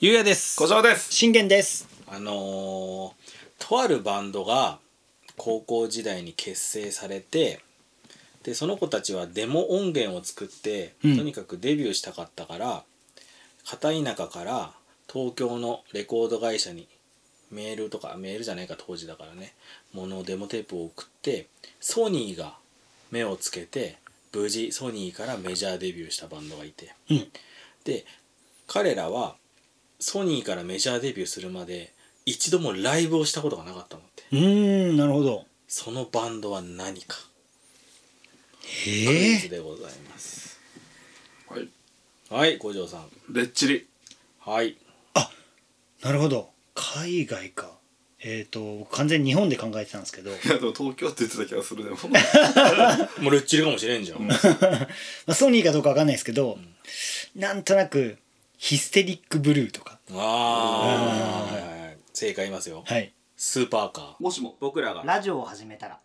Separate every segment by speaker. Speaker 1: ゆうやです
Speaker 2: 小沢です
Speaker 3: 信玄です。
Speaker 1: あのーとあるバンドが高校時代に結成されてでその子たちはデモ音源を作って、
Speaker 3: うん
Speaker 1: とにかくデビューしたかったから片田舎から東京のレコード会社にメールとかメールじゃないか当時だからねものをデモテープを送ってソニーが目をつけて無事ソニーからメジャーデビューしたバンドがいて。
Speaker 3: うん。
Speaker 1: で彼らはソニーからメジャーデビューするまで一度もライブをしたことがなかったのって
Speaker 3: うーん、なるほど。
Speaker 1: そのバンドは何かク
Speaker 3: へ
Speaker 1: イズ。でございます、
Speaker 2: はい
Speaker 1: はい五条さん
Speaker 2: レッチリ
Speaker 1: はい
Speaker 3: なるほど。海外か。えっ、と完全に日本で考えてたんですけど、
Speaker 2: いやでも東京って言ってた気がするでも
Speaker 1: もうレッチリかもしれんじゃん、
Speaker 3: まあ、ソニーかどうかわかんないですけど、なんとなくヒステリックブルーとか。
Speaker 1: あーはいはいはい正解言いますよ
Speaker 3: はい。
Speaker 1: スーパーカー
Speaker 2: もしも
Speaker 1: 僕らが
Speaker 3: ラジオを始めたら。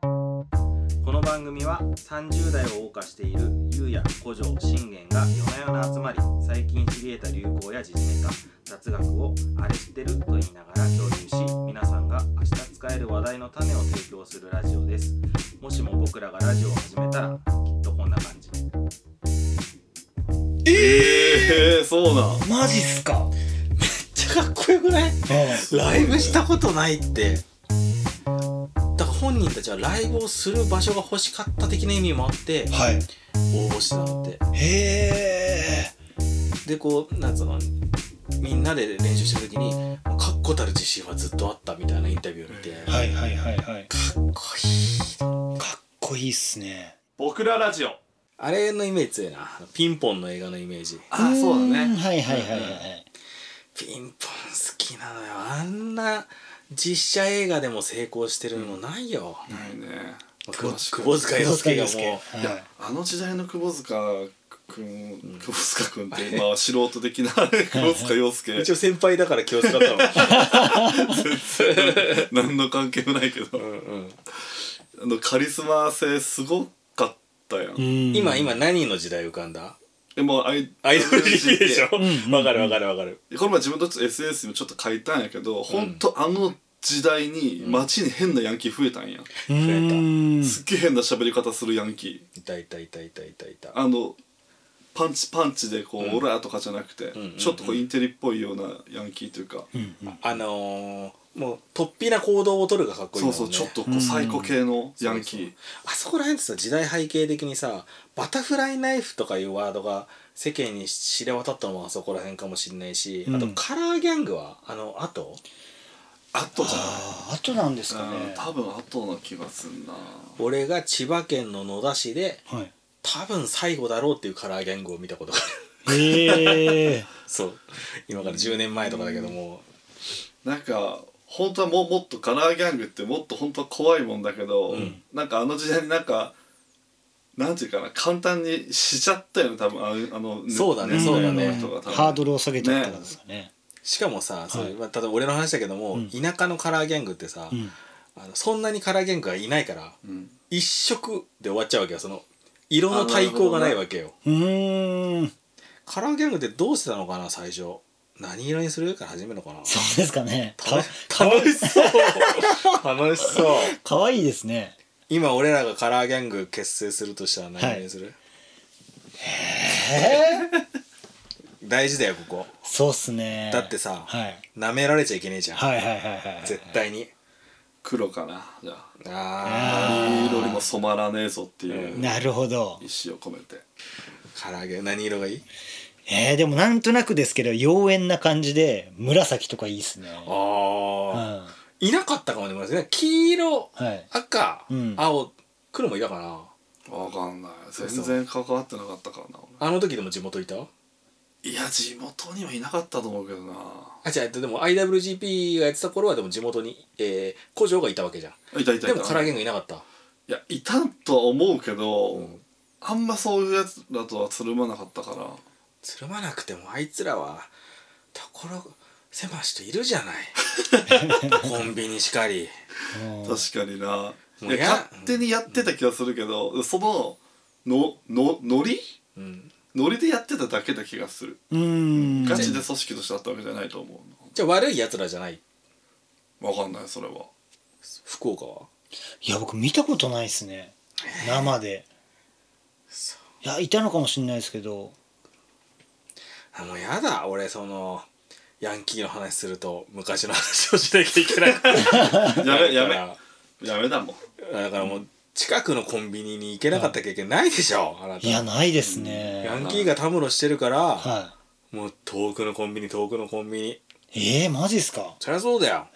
Speaker 1: この番組は30代を謳歌しているゆうや古城信玄が夜な夜な集まり最近知り得た流行や実践家雑学をあれ知ってると言いながら共有し皆さんが明日使える話題の種を提供するラジオですもしも僕らがラジオを始めたらきっとこんな感じめ
Speaker 2: ええー、そうなん
Speaker 3: マジっすか。
Speaker 1: っちゃかっこよくない
Speaker 3: あ
Speaker 1: ライブしたことないってだから本人たちはライブをする場所が欲しかった的な意味もあって
Speaker 3: あはい。
Speaker 1: 応募したのって
Speaker 3: へえ。
Speaker 1: でこうなんつうのみんなで練習してる時に「もう確固たる自信はずっとあった」みたいなインタビューを見て、かっ
Speaker 3: はいはいはいはい。か
Speaker 1: こいい
Speaker 3: っこいいっすね。
Speaker 2: 僕らラジオ
Speaker 1: あれのイメージ強いなあのピンポンの映画のイメージ
Speaker 2: あーそうだ
Speaker 3: ん
Speaker 2: ね
Speaker 3: はいはいはいはい。
Speaker 1: ピンポン好きなのよあんな実写映画でも成功してるのないよ、
Speaker 2: ないね
Speaker 1: 久保久保塚洋介がも
Speaker 3: う。
Speaker 2: いやあの時代の窪塚くん、窪塚くんってまあ素人的な窪塚洋介
Speaker 1: う一応先輩だから気を使 ったの
Speaker 2: 何の関係もないけど
Speaker 1: うん、うん、
Speaker 2: あのカリスマ性すごかったや
Speaker 3: う
Speaker 2: ん、
Speaker 3: ん
Speaker 1: 今今何の時代浮かんだ
Speaker 2: でもアイ
Speaker 1: アイドル時期でしょ
Speaker 2: こ
Speaker 1: わ、
Speaker 3: うん
Speaker 1: かるわかるわかる、
Speaker 2: れま自分たちょっと SNS にもちょっと書いたんやけど、ほんとあの時代に街に変なヤンキー増えたんや、
Speaker 3: う
Speaker 1: 増
Speaker 3: ん。
Speaker 2: すっげえ変な喋り方するヤンキー
Speaker 1: いたいたいたいたいたいた
Speaker 2: あのパンチパンチでこう、オラーとかじゃなくて、
Speaker 1: んうん
Speaker 2: ちょっとこうインテリっぽいようなヤンキーというか、
Speaker 1: あのー、もう突飛な行動を取るがかっこいい
Speaker 2: そ
Speaker 1: もん
Speaker 2: う
Speaker 1: ね
Speaker 2: そうちょっとこうサイコ系のヤンキー、
Speaker 1: あそこら辺ってさ時代背景的にさバタフライナイフとかいうワードが世間に知れ渡ったのもあそこら辺かもしれないし、
Speaker 3: うん
Speaker 1: あとカラーギャングはあのあと
Speaker 2: あとじ
Speaker 3: ああとなんです
Speaker 2: ゃ
Speaker 3: か
Speaker 2: ない、うん
Speaker 3: ね。
Speaker 2: 多分あとの気がすんな
Speaker 1: 俺が千葉県の野田市で
Speaker 3: はい。
Speaker 1: 多分最後だろうっていうカラーギャングを見たことがある
Speaker 3: へえ。
Speaker 1: そう今から10年前とかだけども、
Speaker 2: なんか本当はもうもっとカラーギャングってもっと本当は怖いもんだけど、
Speaker 1: ん
Speaker 2: なんかあの時代になんかなんていうかな簡単にしちゃったよね多分あのあの
Speaker 1: そうだね
Speaker 2: 年
Speaker 1: そう
Speaker 2: 代の
Speaker 1: だね
Speaker 2: 人が多分
Speaker 3: ハードルを下げちゃったんですかね。
Speaker 1: しかもさ、そう
Speaker 3: はい
Speaker 1: まあ例えば俺の話だけども、
Speaker 3: うん
Speaker 1: 田舎のカラーギャングってさ、
Speaker 3: うん。
Speaker 1: あのそんなにカラーギャングがいないから
Speaker 2: うん
Speaker 1: 一色で終わっちゃうわけよその色の対抗がないわけよ、
Speaker 3: うーん。
Speaker 1: カラーギャングってどうしてたのかな最初何色にするから始めるのかな
Speaker 3: そうですかね。か
Speaker 1: 楽しそう楽しそう
Speaker 3: 可愛いですね。
Speaker 1: 今俺らがカラーギャング結成するとしたら何色にする、大事だよここ
Speaker 3: そうっすね。
Speaker 1: だってさ
Speaker 3: はい。
Speaker 1: 舐められちゃいけねえじゃん、
Speaker 3: はいはいはいはい。
Speaker 1: 絶対に
Speaker 2: 黒かなじゃあ
Speaker 1: あ
Speaker 2: 何色にも染まらねえぞっていう
Speaker 3: なるほど
Speaker 2: 意。思を込めて
Speaker 1: ーカラーギャング何色がいい
Speaker 3: えー、でもなんとなくですけど妖艶な感じで紫とかいいっすね。
Speaker 1: あ
Speaker 3: うん。
Speaker 1: ー、
Speaker 3: はい
Speaker 1: なかったかもねまずね黄色
Speaker 3: い。
Speaker 1: 赤、
Speaker 3: うん
Speaker 1: 青黒もいたかな
Speaker 2: わかんない
Speaker 1: そう
Speaker 2: 全
Speaker 1: そう
Speaker 2: 然関わってなかったからな俺
Speaker 1: あの時でも地元いた
Speaker 2: いや地元にはいなかったと思うけどな
Speaker 1: あ違うえっとでも IWGP がやってた頃はでも地元に、えー、古城がいたわけじゃん
Speaker 2: いたいたいた
Speaker 1: でもカラーゲンがいなかった
Speaker 2: いやいたとは思うけど、あんまそういうやつらとはつるまなかったから
Speaker 1: つるまなくてもあいつらはところ狭しといるじゃないコンビニしかり
Speaker 3: うん
Speaker 2: 確かにな
Speaker 1: もう
Speaker 2: いや
Speaker 1: や
Speaker 2: 勝手にやってた気がするけど、そのののノリ
Speaker 1: うん、
Speaker 2: ノリでやってただけな気がする
Speaker 3: うーん
Speaker 2: ガチで組織としてあったわけじゃないと思
Speaker 1: じゃあ悪いやつらじゃないう
Speaker 2: わかんないそれは
Speaker 1: 福岡はい
Speaker 3: や僕見たことないですね生で
Speaker 1: そ
Speaker 3: いやいたのかもしれないですけど
Speaker 1: あもうやだ俺そのヤンキーの話すると昔の話をしなきゃいけない
Speaker 2: やめ
Speaker 1: だ
Speaker 2: や
Speaker 1: か
Speaker 2: めやめだもん
Speaker 1: らだからもう近くのコンビニに行けなかった経験ないでしょあなた
Speaker 3: いやないですね
Speaker 1: ヤンキーがたむろしてるから、
Speaker 3: は
Speaker 1: もう遠くのコンビニ遠くのコンビニ
Speaker 3: いえー、マジっすか
Speaker 1: そりゃそうだよ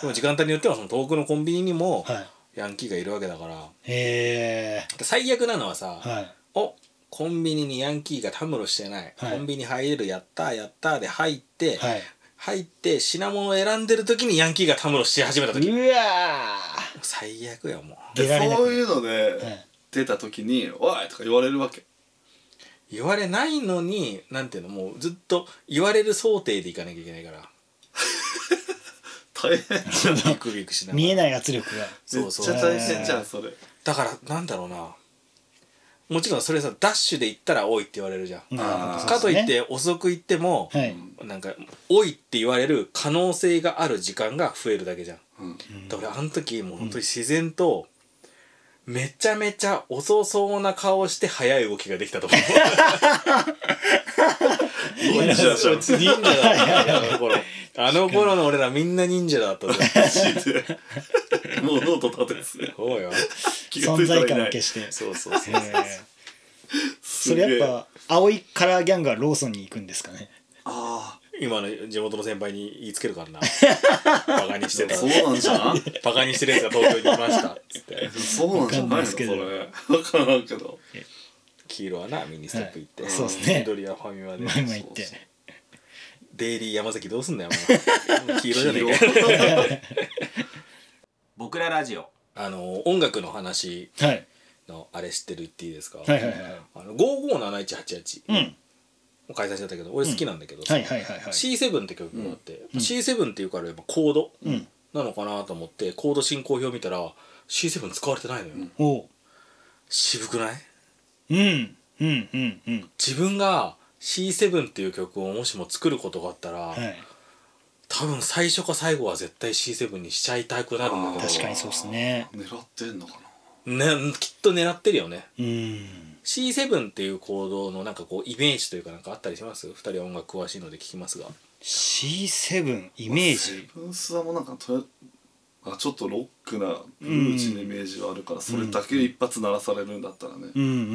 Speaker 1: でも時間帯によってはその遠くのコンビニにも
Speaker 3: は
Speaker 1: ヤンキーがいるわけだから
Speaker 3: いえ
Speaker 1: 最悪なのはさ、
Speaker 3: ー、はい
Speaker 1: おコンビニにヤンキーがたむろしてない、
Speaker 3: はい
Speaker 1: コンビニ入れるやったーやったーで入って、
Speaker 3: はい
Speaker 1: 入って品物を選んでる時にヤンキーがたむろし始めた時、もう
Speaker 3: うわ
Speaker 1: 最悪よもう
Speaker 3: 出
Speaker 2: で
Speaker 3: られなく
Speaker 2: そう
Speaker 3: な
Speaker 2: いうので、
Speaker 3: ーはい
Speaker 2: 出た時に「おい!」とか言われるわけ
Speaker 1: 言われないのになんていうのもうずっと言われる想定でいかなきゃいけないから
Speaker 2: 大 変じゃん
Speaker 1: ビクビクしながら
Speaker 3: 見えない圧力が
Speaker 2: め
Speaker 1: そ
Speaker 2: っ
Speaker 1: う
Speaker 2: ち
Speaker 1: そ
Speaker 2: ゃ
Speaker 1: う
Speaker 2: 大変じゃんそれ
Speaker 1: だからなんだろうなもちろんそれさダッシュで行ったら「おい」って言われるじゃん、
Speaker 3: うん
Speaker 2: あー
Speaker 1: かといっ
Speaker 3: そうで
Speaker 1: て遅く行っても、
Speaker 3: すねはい
Speaker 1: なんか「おい」って言われる可能性がある時間が増えるだけじゃん
Speaker 2: うん
Speaker 1: だからあの時もう本当に自然と、めちゃめちゃ遅そうな顔して速い動きができた と思う。忍
Speaker 2: 忍者じゃん
Speaker 1: 者だったあの頃。 あの頃の俺らみんな忍者だったぜ。
Speaker 2: もうノート立てですね
Speaker 1: そうよ。
Speaker 2: 気がつ
Speaker 3: 存
Speaker 2: いたら
Speaker 3: 在
Speaker 2: い
Speaker 3: 感を
Speaker 2: ない
Speaker 3: 消 して
Speaker 1: そうそうそう。
Speaker 3: えー
Speaker 2: そ
Speaker 3: それやっぱ青いカラーギャングはローソンに行くんですかね
Speaker 2: あ
Speaker 1: 今の地元の先輩に言いつけるからな。バカにして
Speaker 2: あ
Speaker 1: た
Speaker 2: そ。うなんじゃん
Speaker 1: バカにしてるやつが東京にいました。つって。
Speaker 2: そうなんじゃないのそれ分からんけど
Speaker 1: 黄色はな、ミニストップ行って。
Speaker 2: はい
Speaker 3: そうっすね
Speaker 1: 緑はファミマで。
Speaker 3: 前々行って
Speaker 1: そうそうデイリー山崎どうすんだよ、もう黄色じゃねえかよ。
Speaker 4: 僕らラジオ
Speaker 1: あの音楽の話
Speaker 3: はい
Speaker 1: のあれ知ってるっていいですか、
Speaker 3: はいはいはい
Speaker 1: あの557188
Speaker 3: うんはい
Speaker 1: 解散しちゃったけど俺好きなんだけど、
Speaker 3: はいはいはい
Speaker 1: C7 って曲があって、
Speaker 3: ん
Speaker 1: C7 っていうからやっぱコード
Speaker 3: うん
Speaker 1: なのかなと思ってコード進行表見たら C7 使われてないのよ、
Speaker 2: うん
Speaker 3: おう
Speaker 1: 渋くない
Speaker 3: うんうんうんうん
Speaker 1: 自分が C7 っていう曲をもしも作ることがあったら、
Speaker 3: はい
Speaker 1: 多分最初か最後は絶対 C7 にしちゃいたくなるんだけ
Speaker 3: 確
Speaker 1: ど
Speaker 3: かにそうっすね
Speaker 2: 狙ってんのか
Speaker 1: ね、きっと狙ってるよね
Speaker 3: うん、
Speaker 1: C7 っていう行動のなんかこうイメージというかなんかあったりします二人は音楽詳しいので聞きますが
Speaker 3: C7 イ
Speaker 2: な
Speaker 3: メー
Speaker 2: セ
Speaker 3: ジ
Speaker 2: ブンスはもうなんかとあちょっとロックなブルージーのイメージはあるからそれだけ一発鳴らされるんだったらね
Speaker 3: うんうん
Speaker 1: うーん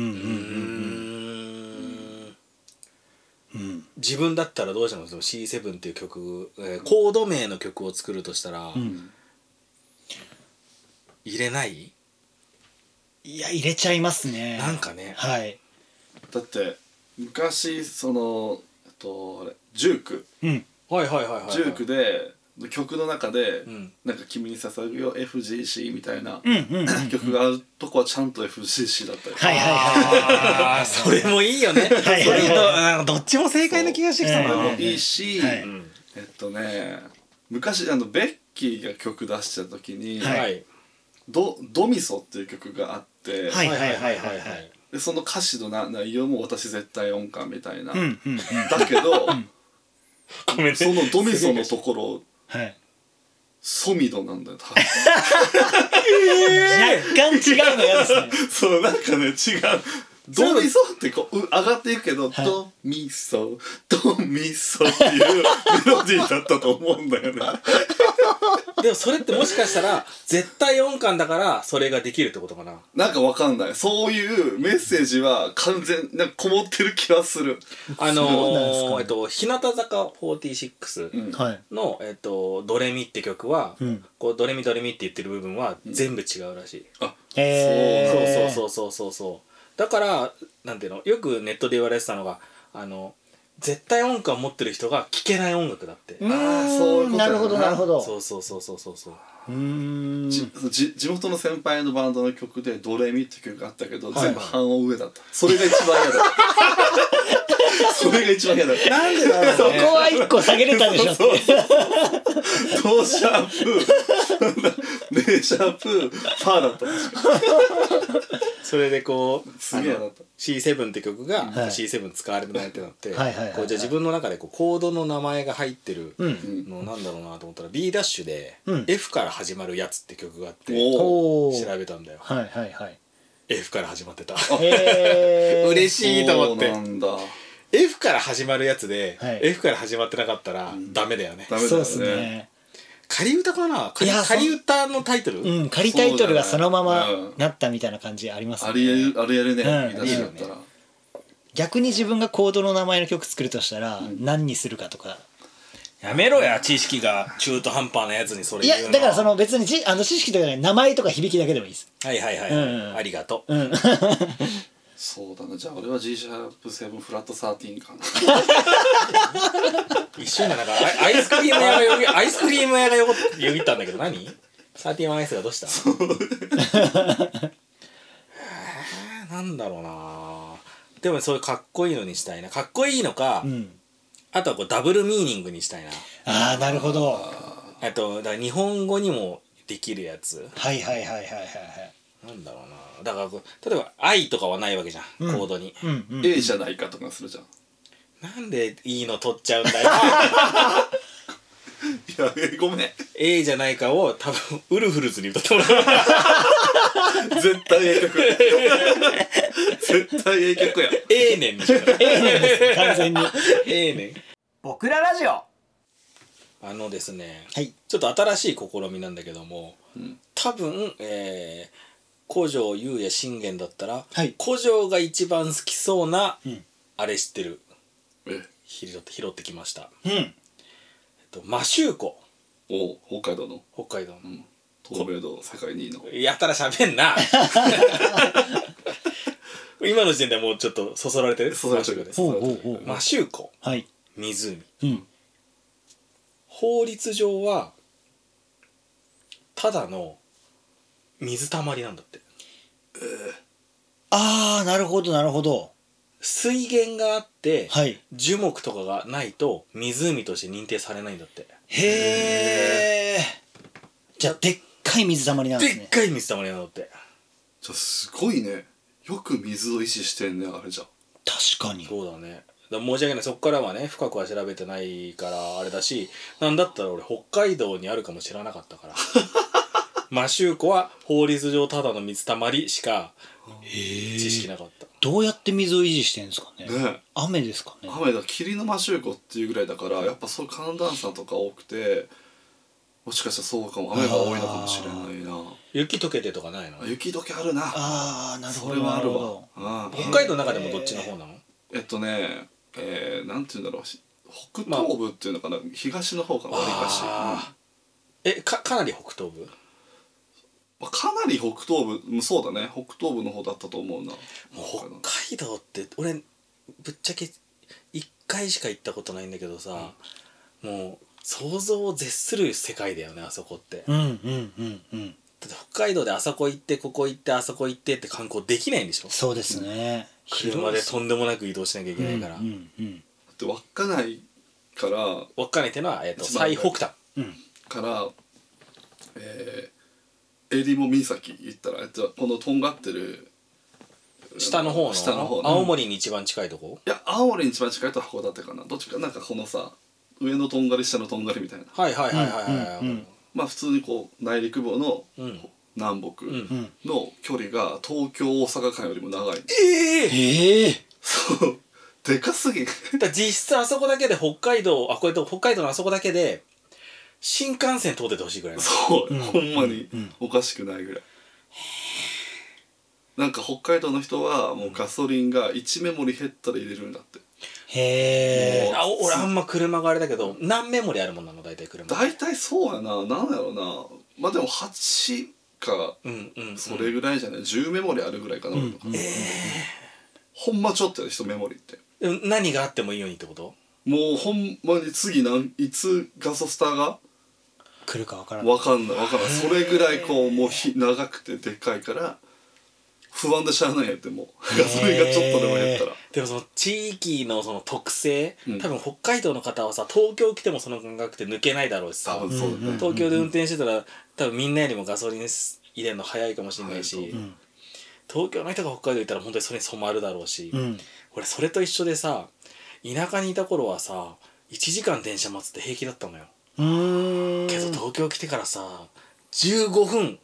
Speaker 3: うんうん
Speaker 1: 自分だったらどうしたのその C7 っていう曲、えーコード名の曲を作るとしたら、
Speaker 3: うん
Speaker 1: 入れない
Speaker 3: いや入れちゃいますね
Speaker 1: なんかね
Speaker 3: はい
Speaker 2: だって昔そのえっとあれジューク
Speaker 3: うん
Speaker 1: はいはいはいはい、はい、
Speaker 2: ジュークで曲の中で
Speaker 1: うん
Speaker 2: なんか君に捧ぐよ FGC みたいな
Speaker 3: うんうんうん
Speaker 2: 曲があるとこはちゃんと FGC だったり
Speaker 3: はいはいはい
Speaker 1: あーそれもいいよねそ
Speaker 3: はいはい
Speaker 1: れとあーどっちも正解な気がしてきた
Speaker 2: それ
Speaker 1: な、
Speaker 2: もいいし、
Speaker 3: はいは
Speaker 1: う
Speaker 3: い
Speaker 1: ん
Speaker 2: えっとね昔あのベッキーが曲出してた時に、
Speaker 3: はい
Speaker 1: はい
Speaker 2: ドドミソっていう曲があって、
Speaker 3: はい
Speaker 2: でその歌詞のな内容も私絶対音感みたいな、
Speaker 3: うんうんうん
Speaker 2: だけど、
Speaker 1: ごめんね
Speaker 2: そのドミソのところ
Speaker 3: はい
Speaker 2: ソミドなんだよ多
Speaker 3: 若干違うの嫌ですね
Speaker 2: 分 そうなんかね違うドミソってこうう上がっていくけど、
Speaker 3: はい
Speaker 2: ドミソドミソっていうメロディーだったと思うんだよね
Speaker 1: でもそれってもしかしたら絶対音感だからそれができるってことかな
Speaker 2: なんかわかんないそういうメッセージは完全なんかこもってる気はする
Speaker 1: あ
Speaker 3: そうなんですかね
Speaker 1: のーえっと日向坂46
Speaker 2: ん
Speaker 3: はい
Speaker 1: の、えっと「ドレミ」って曲は、
Speaker 3: うん
Speaker 1: こう「ドレミドレミ」って言ってる部分は全部違うらしい、
Speaker 2: あ
Speaker 3: へー
Speaker 1: そうそうそうそうそうそうだからなんていうのよくネットで言われてたのがあの絶対音感持ってる人が聴けない音楽だって、
Speaker 3: うーん
Speaker 2: あーそういうことだ
Speaker 3: な
Speaker 2: な
Speaker 3: るほどなるほど
Speaker 1: そうそうそうそうそうそう
Speaker 3: うーん
Speaker 2: じじ地元の先輩のバンドの曲で「ドレミ」って曲があったけど、
Speaker 3: はい
Speaker 2: 全部半音上だったそれが一番嫌だそれが一番嫌だ
Speaker 1: なんでだ ろうね
Speaker 3: そこは一個下げれたでしょって
Speaker 2: そうそうそう同シャープ名シャープパーだった確か
Speaker 1: それでこう
Speaker 2: すげえ
Speaker 1: あの
Speaker 2: なと
Speaker 1: C7 って曲が
Speaker 3: はい
Speaker 1: C7 使われてないってなって
Speaker 3: はいはいはいはい
Speaker 1: こうじゃあ自分の中でこうコードの名前が入ってる
Speaker 3: うん
Speaker 1: のなんだろうなと思ったら B ダッシュで
Speaker 3: うん
Speaker 1: F から始まるやつって曲があって
Speaker 2: お
Speaker 1: 調
Speaker 3: おお
Speaker 1: べたんだよ
Speaker 3: はいはいはい
Speaker 1: F から始まってた
Speaker 3: へー
Speaker 1: 嬉しいと思っ
Speaker 2: そうな
Speaker 1: て
Speaker 2: んだ
Speaker 1: F から始まるやつで
Speaker 3: はい
Speaker 1: F から始まってなかったらダメだよね
Speaker 2: ダメだ
Speaker 3: そう
Speaker 2: よ
Speaker 3: で
Speaker 2: ね
Speaker 3: すね
Speaker 1: 仮歌かない仮
Speaker 3: やそう
Speaker 1: 仮歌のタイトル
Speaker 3: うん仮タイトルがそのまま
Speaker 2: そうだねうん
Speaker 3: なったみたいな感じあります
Speaker 2: あ
Speaker 3: よ
Speaker 2: れや
Speaker 3: ね
Speaker 2: るあれやるね、
Speaker 3: うん
Speaker 2: 見出しだったら、
Speaker 3: 逆に自分がコードの名前の曲作るとしたら何にするかとか
Speaker 1: やめろや知識が中途半端なやつにそれ
Speaker 3: い
Speaker 1: 言う
Speaker 3: やだからその別にじあの知識とかじゃない名前とか響きだけでもいいです
Speaker 1: はいはいはい、
Speaker 3: うん
Speaker 1: ありがとう
Speaker 3: うん
Speaker 2: そうだなじゃあ俺は G シャープ7フラット13かな
Speaker 1: 一瞬だなんかアイアイスクリーム屋がよぎアイスクリーム屋がよぎよぎったんだけど何サーティワンアイスがどうしたえーなんだろうなでもそういうかっこいいのにしたいなかっこいいのか、
Speaker 3: うん
Speaker 1: あとはこうダブルミーニングにしたいな
Speaker 3: ああなるほどは
Speaker 1: あとだから日本語にもできるやつ
Speaker 3: いはいはいはいはいはい
Speaker 1: なんだろうなだからこう例えば「愛」とかはないわけじゃん、
Speaker 3: うん
Speaker 1: コードに
Speaker 3: うんうん
Speaker 2: A じゃないかとかするじゃん
Speaker 1: なんで「いいの取っちゃうんだ よ
Speaker 2: いやえごめん
Speaker 1: A じゃないかを多分ウルフルズに歌ってもらう
Speaker 2: 絶対 A 曲絶対 A 曲や
Speaker 1: A 年にしよう
Speaker 3: 完全に
Speaker 1: A 年
Speaker 4: 僕らラジオ
Speaker 1: あのですね
Speaker 3: はい
Speaker 1: ちょっと新しい試みなんだけども、
Speaker 2: ん
Speaker 1: 多分えー古城優也信玄だったら、
Speaker 3: はい
Speaker 1: 古城が一番好きそうな、
Speaker 3: ん
Speaker 1: あれ知ってる
Speaker 2: え
Speaker 1: 拾って拾ってきました、
Speaker 3: うん
Speaker 1: えっと、マシューコ
Speaker 2: おう北海道の、
Speaker 1: 北海道の、
Speaker 2: うん、透明度世界2位の
Speaker 1: やたら喋ん な今の時点でもうちょっとそそられてる
Speaker 2: そそられてる
Speaker 1: マシュー
Speaker 3: ほうほうほ
Speaker 1: コ
Speaker 3: う
Speaker 1: マシューコ
Speaker 3: はい
Speaker 1: 湖
Speaker 3: うん
Speaker 1: 法律上はただの水たまりなんだって
Speaker 3: ああなるほどなるほど
Speaker 1: 水源があって、
Speaker 3: はい
Speaker 1: 樹木とかがないと湖として認定されないんだって
Speaker 3: へえじゃあでっかい水たまりなんです
Speaker 1: でっ
Speaker 3: ね
Speaker 1: かい水たまりなんだって
Speaker 2: じゃあすごいねよく水を維持してんねあれじゃん
Speaker 3: 確かに
Speaker 1: そうだねだから申し訳ないそこからはね深くは調べてないからあれだしなんだったら俺北海道にあるかも知らなかったから マシューコは法律上ただの水たまりしか知識なかった
Speaker 3: どうやって水を維持してんですかね
Speaker 2: ね
Speaker 3: 雨ですかね
Speaker 2: 雨だ霧のマシューコっていうぐらいだからやっぱそういう寒暖差とか多くてもしかしたらそうかも雨が多いのかもしれないな
Speaker 1: 雪解けてとかないの
Speaker 2: あ雪解けあるな
Speaker 3: ああなるほど
Speaker 2: それはある
Speaker 3: なほど
Speaker 2: わうん
Speaker 1: 北海道の中でもどっちの方なの
Speaker 2: えっとねえー、なんて言うんだろうし北東部っていうのかな、東の方かなわりかし、うん
Speaker 1: あーえかかなり北東部
Speaker 2: まあ、かなり北東部うんそうだね北東部の方だったと思うな
Speaker 1: もう北海道って俺ぶっちゃけ1回しか行ったことないんだけどさ、もう想像を絶する世界だよねあそこって、だ
Speaker 3: うんうんうんうん
Speaker 1: って北海道であそこ行ってここ行ってあそこ行ってって観光できないんでしょ
Speaker 3: そうですね
Speaker 1: 車でとんでもなく移動しなきゃいけないから、
Speaker 3: うんうん
Speaker 2: で稚内から
Speaker 1: 稚内ってのは、えっと
Speaker 2: 一番
Speaker 1: 最北端
Speaker 3: うんうん
Speaker 2: からえー、襟裳岬行ったらえっとこのとんがってる
Speaker 1: 下の方の
Speaker 2: 下の方ね
Speaker 1: 青森に一番近いとこ、
Speaker 2: いや青森に一番近いと函館かなどっちかなんかこのさ上のとんがり下のとんがりみたいな
Speaker 1: はいはいはいはいはい、
Speaker 3: うんうん
Speaker 2: まあ普通にこう内陸部の
Speaker 1: うん
Speaker 2: 南
Speaker 1: う
Speaker 2: 北
Speaker 3: うん
Speaker 2: の距離が東京大阪間よりも長い、
Speaker 1: ええ
Speaker 3: ええ
Speaker 2: そうでかすぎ
Speaker 1: だから実質あそこだけで北海道あこれと北海道のあそこだけで新幹線通っててほしいぐらいの
Speaker 2: そう、
Speaker 3: うん
Speaker 2: ほんまに
Speaker 3: うん
Speaker 2: おかしくないぐらい、なんか北海道の人はもうガソリンが1メモリ減ったら入れるんだって
Speaker 3: へえ
Speaker 1: あお俺あんま車があれだけど何メモリあるもんなの大体車
Speaker 2: 大体そうやななんやろうなまあでも8か
Speaker 1: うんうん、うん、
Speaker 2: それぐらいじゃない、10メモリあるぐらいかな、
Speaker 3: うん
Speaker 2: 俺とかほんまちょっとやで人メモリって
Speaker 1: うん何があってもいいようにってこと
Speaker 2: もうほんまに次なんいつガソスターが
Speaker 3: 来るかわからない
Speaker 2: わかんないわかんないそれぐらいこうもうひ長くてでかいから不安でしゃあないんやってもうガソリンがちょっとでも減ったら、
Speaker 1: でもその地域のその特性、
Speaker 2: うん
Speaker 1: 多分北海道の方はさ東京来てもその感覚って抜けないだろうしさ
Speaker 2: 多分そうだね、
Speaker 3: うんうん
Speaker 1: 東京で運転してたら多分みんなよりもガソリン入れるの早いかもしれないし、
Speaker 2: 早いと
Speaker 3: うん
Speaker 1: 東京の人が北海道行ったら本当にそれに染まるだろうし、
Speaker 3: うん
Speaker 1: 俺それと一緒でさ田舎にいた頃はさ1時間電車待つって平気だったのよ
Speaker 3: うーん
Speaker 1: けど東京来てからさ15分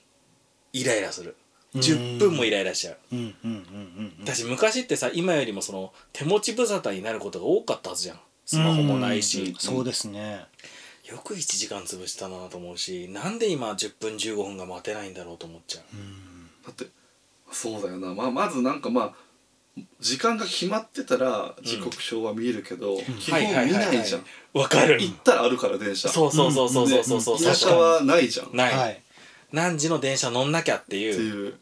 Speaker 1: イライラする10分もイライラしちゃう
Speaker 3: うんうんうんうんうん
Speaker 1: だし昔ってさ今よりもその手持ち無沙汰になることが多かったはずじゃんスマホもないし、
Speaker 2: うんうん
Speaker 3: そうですね
Speaker 1: よく1時間潰したなと思うしなんで今10分15分が待てないんだろうと思っちゃう
Speaker 2: だってそうだよな、まあ、まずなんかまあ時間が決まってたら時刻表は見えるけど、基本見ないじゃん、
Speaker 1: わかる
Speaker 2: 行ったらあるから電車
Speaker 1: そうそうそうそうそうそうそう
Speaker 2: で電車はないじゃんっ
Speaker 1: ない、
Speaker 3: はい
Speaker 1: 何時の電車乗んなきゃって
Speaker 2: て
Speaker 1: いう
Speaker 2: いう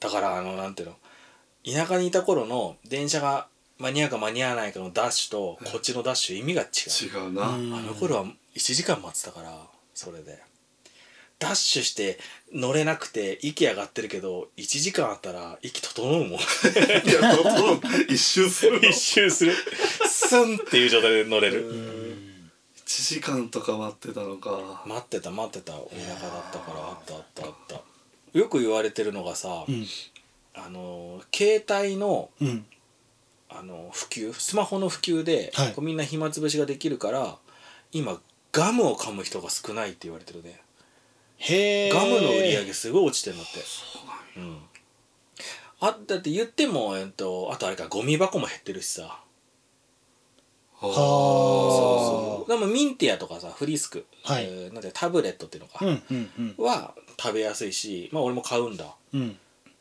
Speaker 1: だからあのなんていうの田舎にいた頃の電車が間に合うか間に合わないかのダッシュとこっちのダッシュ意味が違
Speaker 2: 違
Speaker 1: う
Speaker 2: うな、
Speaker 3: うん
Speaker 1: あの頃は1時間待ってたからそれでダッシュして乗れなくて息上がってるけど1時間あったら息整うも ん
Speaker 2: いやどんどん一周 するの
Speaker 1: 一周するスンっていう状態で乗れる
Speaker 2: 1時間とか待ってたのか、
Speaker 1: 待ってた待ってた田舎だったからあったあったあったよく言われてるのがさ、
Speaker 3: うん
Speaker 1: あの携帯の
Speaker 3: うん
Speaker 1: あの普及スマホの普及で、
Speaker 3: はい
Speaker 1: こうみんな暇つぶしができるから今ガムを噛む人が少ないって言われてるね
Speaker 3: へえ
Speaker 1: ガムの売り上げすごい落ちてるんだって、うんあだって言っても、えっと、あとあれかゴミ箱も減ってるしさ
Speaker 2: あー
Speaker 3: は
Speaker 1: でもミンティアとかさフリスク、
Speaker 3: はい
Speaker 1: えーなんてタブレットっていうのか、
Speaker 3: あうんうんうん
Speaker 1: は食べやすいしまあ俺も買うんだ
Speaker 3: うん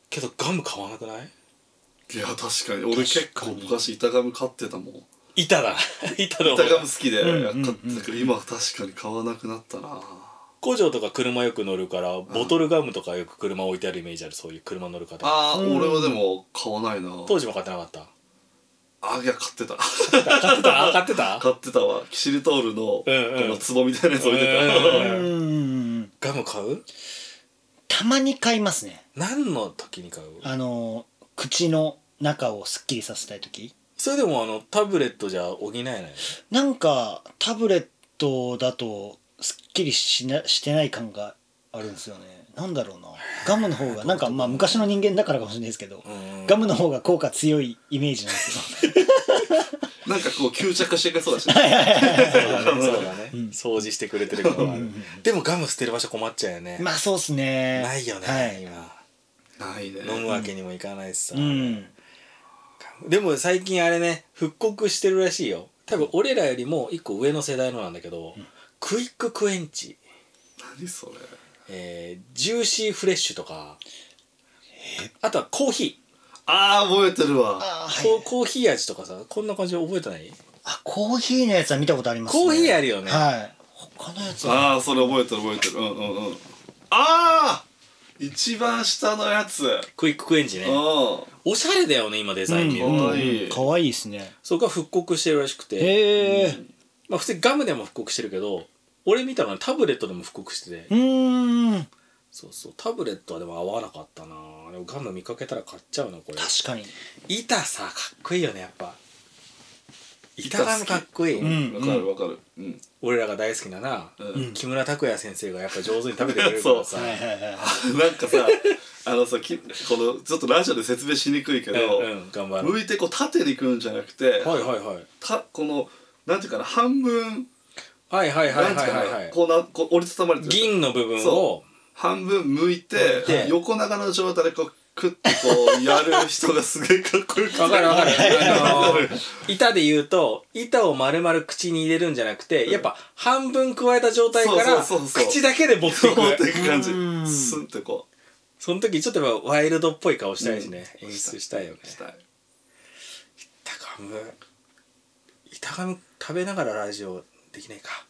Speaker 1: けどガム買わなくない
Speaker 2: いや確かに俺結構昔板ガム買ってたもん
Speaker 1: 板だ板の
Speaker 2: 板
Speaker 1: 方
Speaker 2: ガ
Speaker 1: が
Speaker 2: ム好きで
Speaker 3: うん
Speaker 2: 買ってたけど今は確かに買わなくなったな
Speaker 1: 工場とか車よく乗るからボトルガムとかよく車置いてあるイメージあるそういう車乗る方
Speaker 2: あー、
Speaker 3: うん
Speaker 2: 俺はでも買わないな
Speaker 1: 当時も買ってなかった
Speaker 2: あいや買ってた
Speaker 1: 買ってたあ買ってた
Speaker 2: 買ってたわキシリトールのこ
Speaker 1: うんうん
Speaker 2: の壺みたいなやつ置いて
Speaker 1: うん
Speaker 2: た
Speaker 3: うんうんうん
Speaker 1: ガム買う
Speaker 3: たまに買いますね
Speaker 1: 何の時に買う
Speaker 3: あの口の中をすっきりさせたい時
Speaker 1: それでもあのタブレットじゃ補えないのよ
Speaker 3: なんかタブレットだとすっきりしなしてない感があるんですよねなんだろうなガムの 方がなんかまあ昔の人間だからかもしれないですけど
Speaker 1: うん
Speaker 3: ガムの方が効果強いイメージなんですよ
Speaker 2: なんかこう吸着していけそうだしね
Speaker 1: そうだねそうだね
Speaker 3: うん
Speaker 1: 掃除してくれてる感はあ
Speaker 3: う
Speaker 1: る
Speaker 3: ん
Speaker 1: でもガム捨てる場所困っちゃうよね
Speaker 3: まあそうっすね
Speaker 1: ないよね、
Speaker 3: はい
Speaker 2: ないね
Speaker 1: 今飲むわけにもいかないしさ、
Speaker 3: うん
Speaker 1: でも最近あれね復刻してるらしいよ多分俺らよりも一個上の世代のなんだけど、クイッククエンチ、
Speaker 2: 何それ
Speaker 1: えージューシーフレッシュとかあとはコーヒ
Speaker 2: あー覚えてるわ
Speaker 3: あ
Speaker 1: ー、
Speaker 3: ー
Speaker 1: こ
Speaker 3: は
Speaker 1: う
Speaker 3: い
Speaker 1: コーヒー味とかさこんな感じで覚えてない
Speaker 3: あコーヒーのやつは見たことありますね
Speaker 1: コーヒーあるよね
Speaker 3: はい他のやつは
Speaker 2: ああそれ覚えてる覚えてるうんうんうんああ一番下のやつ
Speaker 1: クイッククエンチね
Speaker 2: う
Speaker 1: おしゃれだよね今デザイン見ると、
Speaker 2: うん可愛い
Speaker 3: かわいいですね
Speaker 1: そこが復刻してるらしくて、
Speaker 3: へえ
Speaker 1: まあ、普通にガムでも復刻してるけど俺見たのはタブレットでも復刻してて、
Speaker 3: うーん
Speaker 1: そうそうタブレットはでも合わなかったなでもガム見かけたら買っちゃうなこれ
Speaker 3: 確かに
Speaker 1: 板さかっこいいよねやっぱ板
Speaker 2: 板好き
Speaker 1: がかっこいい、
Speaker 3: うん
Speaker 2: んわかるわかるうん
Speaker 1: 俺らが大好きなな、
Speaker 2: うんん
Speaker 1: 木村拓哉先生がやっぱ上手に食べてくれるか らさ
Speaker 3: はいはいはいは
Speaker 2: なん かさあのさきこのちょっとラジオで説明しにくいけ
Speaker 1: う
Speaker 2: ど
Speaker 1: んうん頑張る
Speaker 2: 向いてこう縦にくんじゃなくて
Speaker 1: はいはいはい
Speaker 2: たこのなんていうかな半分
Speaker 1: はいはいはい
Speaker 2: なんて
Speaker 1: は
Speaker 2: いうか
Speaker 1: いはい
Speaker 2: なこうなこう折りたたまれてる
Speaker 1: 銀の部分を
Speaker 2: そ半分向い
Speaker 1: 向いて
Speaker 2: て横長の状態でこうクッてこうやる人がすげえかっこよくて
Speaker 1: わかるわ かるあ
Speaker 2: わ
Speaker 1: の
Speaker 2: かる
Speaker 1: ー板で言うと板を丸々口に入れるんじゃなくてやっぱ半分加えた状態から
Speaker 2: そうそうそうそう
Speaker 1: 口だけで持ってい
Speaker 2: 持っ
Speaker 1: く
Speaker 2: ていく感じ
Speaker 3: うん
Speaker 2: スンってこ
Speaker 1: その時ちょっとやっぱワイルドっぽい顔したいしね、
Speaker 2: うん
Speaker 1: 演出したいよね
Speaker 2: うしたい
Speaker 1: 板ガム板ガム食べながらラジオできないか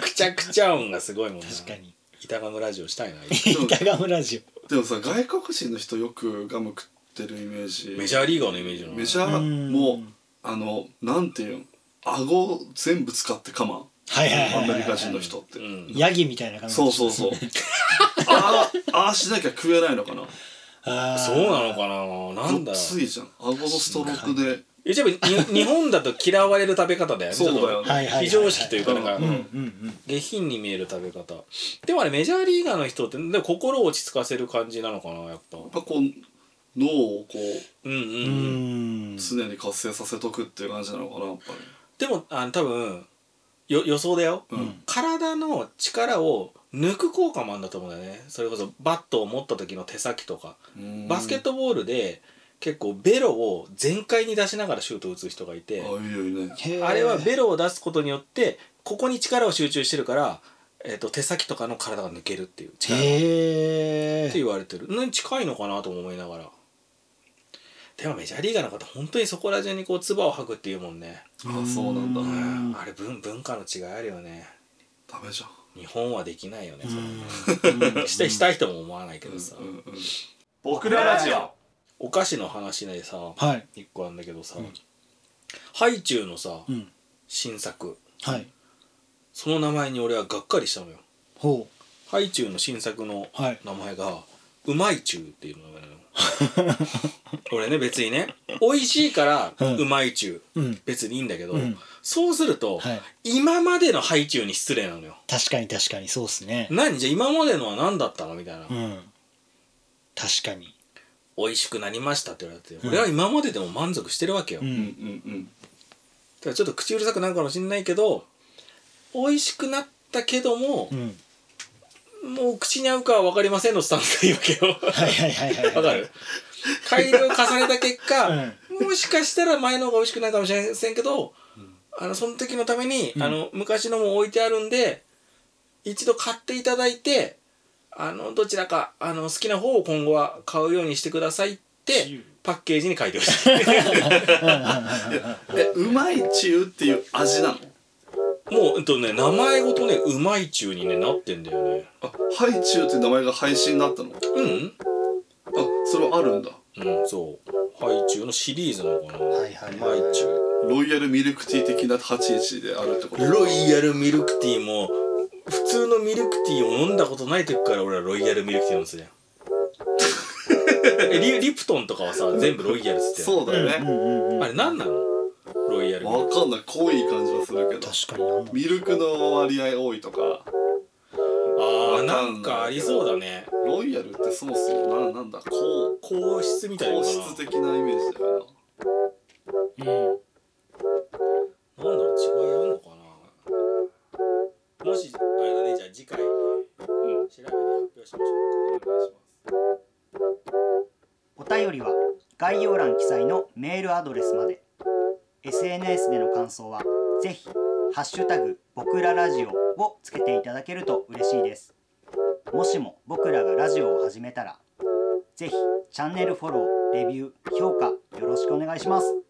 Speaker 1: くちゃくちゃ音がすごいもんな
Speaker 3: 確かに
Speaker 1: 板ガムラジオしたいな
Speaker 2: も
Speaker 3: 板ガムラジ
Speaker 2: でもさ外国人の人よくガム食ってるイメージ
Speaker 1: メジャーリーガーのイメージの
Speaker 2: メジャ
Speaker 3: う
Speaker 2: ー
Speaker 3: ん
Speaker 2: もうあのなんていうん顎を全部使ってかまん
Speaker 3: オはいはいはい
Speaker 2: ア
Speaker 3: はい
Speaker 2: メリカ人の人って、
Speaker 1: うん
Speaker 3: ヤギみたいな感じ
Speaker 2: そうそうそうああああしなきゃ食えないのかな
Speaker 3: あー
Speaker 1: そうなのかななんだ
Speaker 2: ご
Speaker 1: ろ
Speaker 2: っつ
Speaker 1: う
Speaker 2: いじゃん顎のストロークで
Speaker 1: 一応に日本だと嫌われる食べ方だよね
Speaker 2: そうだよ
Speaker 1: ちょっ
Speaker 3: はいはいはいは
Speaker 1: と
Speaker 3: い
Speaker 1: 非常識というかなんか、
Speaker 3: うんうん
Speaker 1: 下品に見える食べ方でもあれメジャーリーガーの人ってでも心を落ち着かせる感じなのかなやっぱ
Speaker 2: やっぱこう脳をこう
Speaker 1: うんうん
Speaker 3: う
Speaker 1: うん
Speaker 3: ん
Speaker 2: 常に活性させとくっていう感じなのかなやっぱり
Speaker 1: でもあの多分よ予想だよ、
Speaker 2: うん
Speaker 1: 体の力を抜く効果もあるんだと思うんだよねそれこそバットを持った時の手先とか、
Speaker 2: うん
Speaker 1: バスケットボールで結構ベロを全開に出しながらシュートを打つ人がいて、
Speaker 2: あいいよいいね
Speaker 3: へー
Speaker 1: あれはベロを出すことによってここに力を集中してるから、えっと手先とかの体が抜けるっていう力が
Speaker 3: へ
Speaker 1: って
Speaker 3: え
Speaker 1: 言われてるのに近いのかなとも思いながらでもメジャーリーガーの方本当にそこら中にこう唾を吐くっていうもんね、
Speaker 2: あそうなんだ
Speaker 3: う
Speaker 1: あれ文文化の違いあるよね
Speaker 2: ダメじゃん
Speaker 1: 日本はできないよね、それね
Speaker 3: うん
Speaker 1: してしたい人も思わないけどさ、
Speaker 2: うんうんうん
Speaker 4: 僕らラジオ
Speaker 1: お菓子の話ねさ
Speaker 3: はい
Speaker 1: 一個あるんだけどさ、
Speaker 3: うん
Speaker 1: ハイチュウのさ
Speaker 3: うん
Speaker 1: 新作
Speaker 3: はい
Speaker 1: その名前に俺はがっかりしたのよ
Speaker 3: ほ
Speaker 1: ハイチュウの新作の
Speaker 3: うはい
Speaker 1: 名前が「うまいチュウ」っていう名前なの俺ね別にね美味しいから
Speaker 3: うん
Speaker 1: うまいチュウ
Speaker 3: うん
Speaker 1: 別にいいんだけど、
Speaker 3: うん
Speaker 1: そうすると、
Speaker 3: はい
Speaker 1: 今までのハイチュウに失礼なのよ
Speaker 3: 確かに確かにそうっすね
Speaker 1: 何じゃあ今までのは何だったのみたいな、
Speaker 3: うん確かに
Speaker 1: 美味しくなりましたって言われて、
Speaker 3: ん
Speaker 1: 俺は今まででも満足してるわけよ、
Speaker 3: う
Speaker 1: だか
Speaker 2: うん
Speaker 3: ん
Speaker 2: うん
Speaker 1: らちょっと口うるさくなるかもしんないけど美味しくなったけども
Speaker 3: う、ん
Speaker 1: もう口に合うかは分かりませんのスタンスがいいわけよ
Speaker 3: はいはいはいはい
Speaker 1: わかる改良を重ねた結果、
Speaker 3: うん
Speaker 1: もしかしたら前の方が美味しくないかもしれませんけど、あのその時のために、
Speaker 3: うん
Speaker 1: あの昔のも置いてあるんで一度買っていただいてあのどちらかあの好きな方を今後は買うようにしてくださいってパッケージに書いてほし い
Speaker 2: うんえうまいチューっていう味なの
Speaker 1: もう、えっとね、名前ごとねうまい中に、ね、なってんだよね
Speaker 2: あハイチューって名前が配信になったのあ
Speaker 1: うん
Speaker 2: それはあるんだ
Speaker 1: うんそうハイチュウのシリーズなのかな、
Speaker 3: はいはいはいう
Speaker 1: まいチュウ
Speaker 2: ロイヤルミルクティー的な立ち位置であるってこと
Speaker 1: ロイヤルミルクティーも普通のミルクティーを飲んだことない時から俺はロイヤルミルクティー飲ん ですよえリリプトンとかはさ全部ロイヤルっつってんの
Speaker 2: そうだよ
Speaker 3: う
Speaker 2: ね、
Speaker 3: んうんうん
Speaker 1: あれ何なのロイヤルミル
Speaker 2: わ
Speaker 1: ク
Speaker 2: かんない濃い感じはするけど
Speaker 3: 確かになんだ
Speaker 2: ミルクの割合多いとか
Speaker 1: あー
Speaker 2: わかん
Speaker 1: な
Speaker 2: ない
Speaker 1: んかありそうだね
Speaker 2: ロイヤルってそもそもななんだ高
Speaker 1: 皇室みたいなの
Speaker 2: 皇
Speaker 1: かな
Speaker 2: 室的なイメージだよ
Speaker 3: うん
Speaker 1: なんだろう違いあんのかなもしあれだねじゃあ次回、調べて発表しましょう
Speaker 2: なお願いします
Speaker 5: お便りは概要欄記載のメールアドレスまで SNS での感想はぜひハッシュタグ僕らラジオをつけていただけると嬉しいですもしも僕らがラジオを始めたらぜひチャンネルフォローレビュー評価よろしくお願いします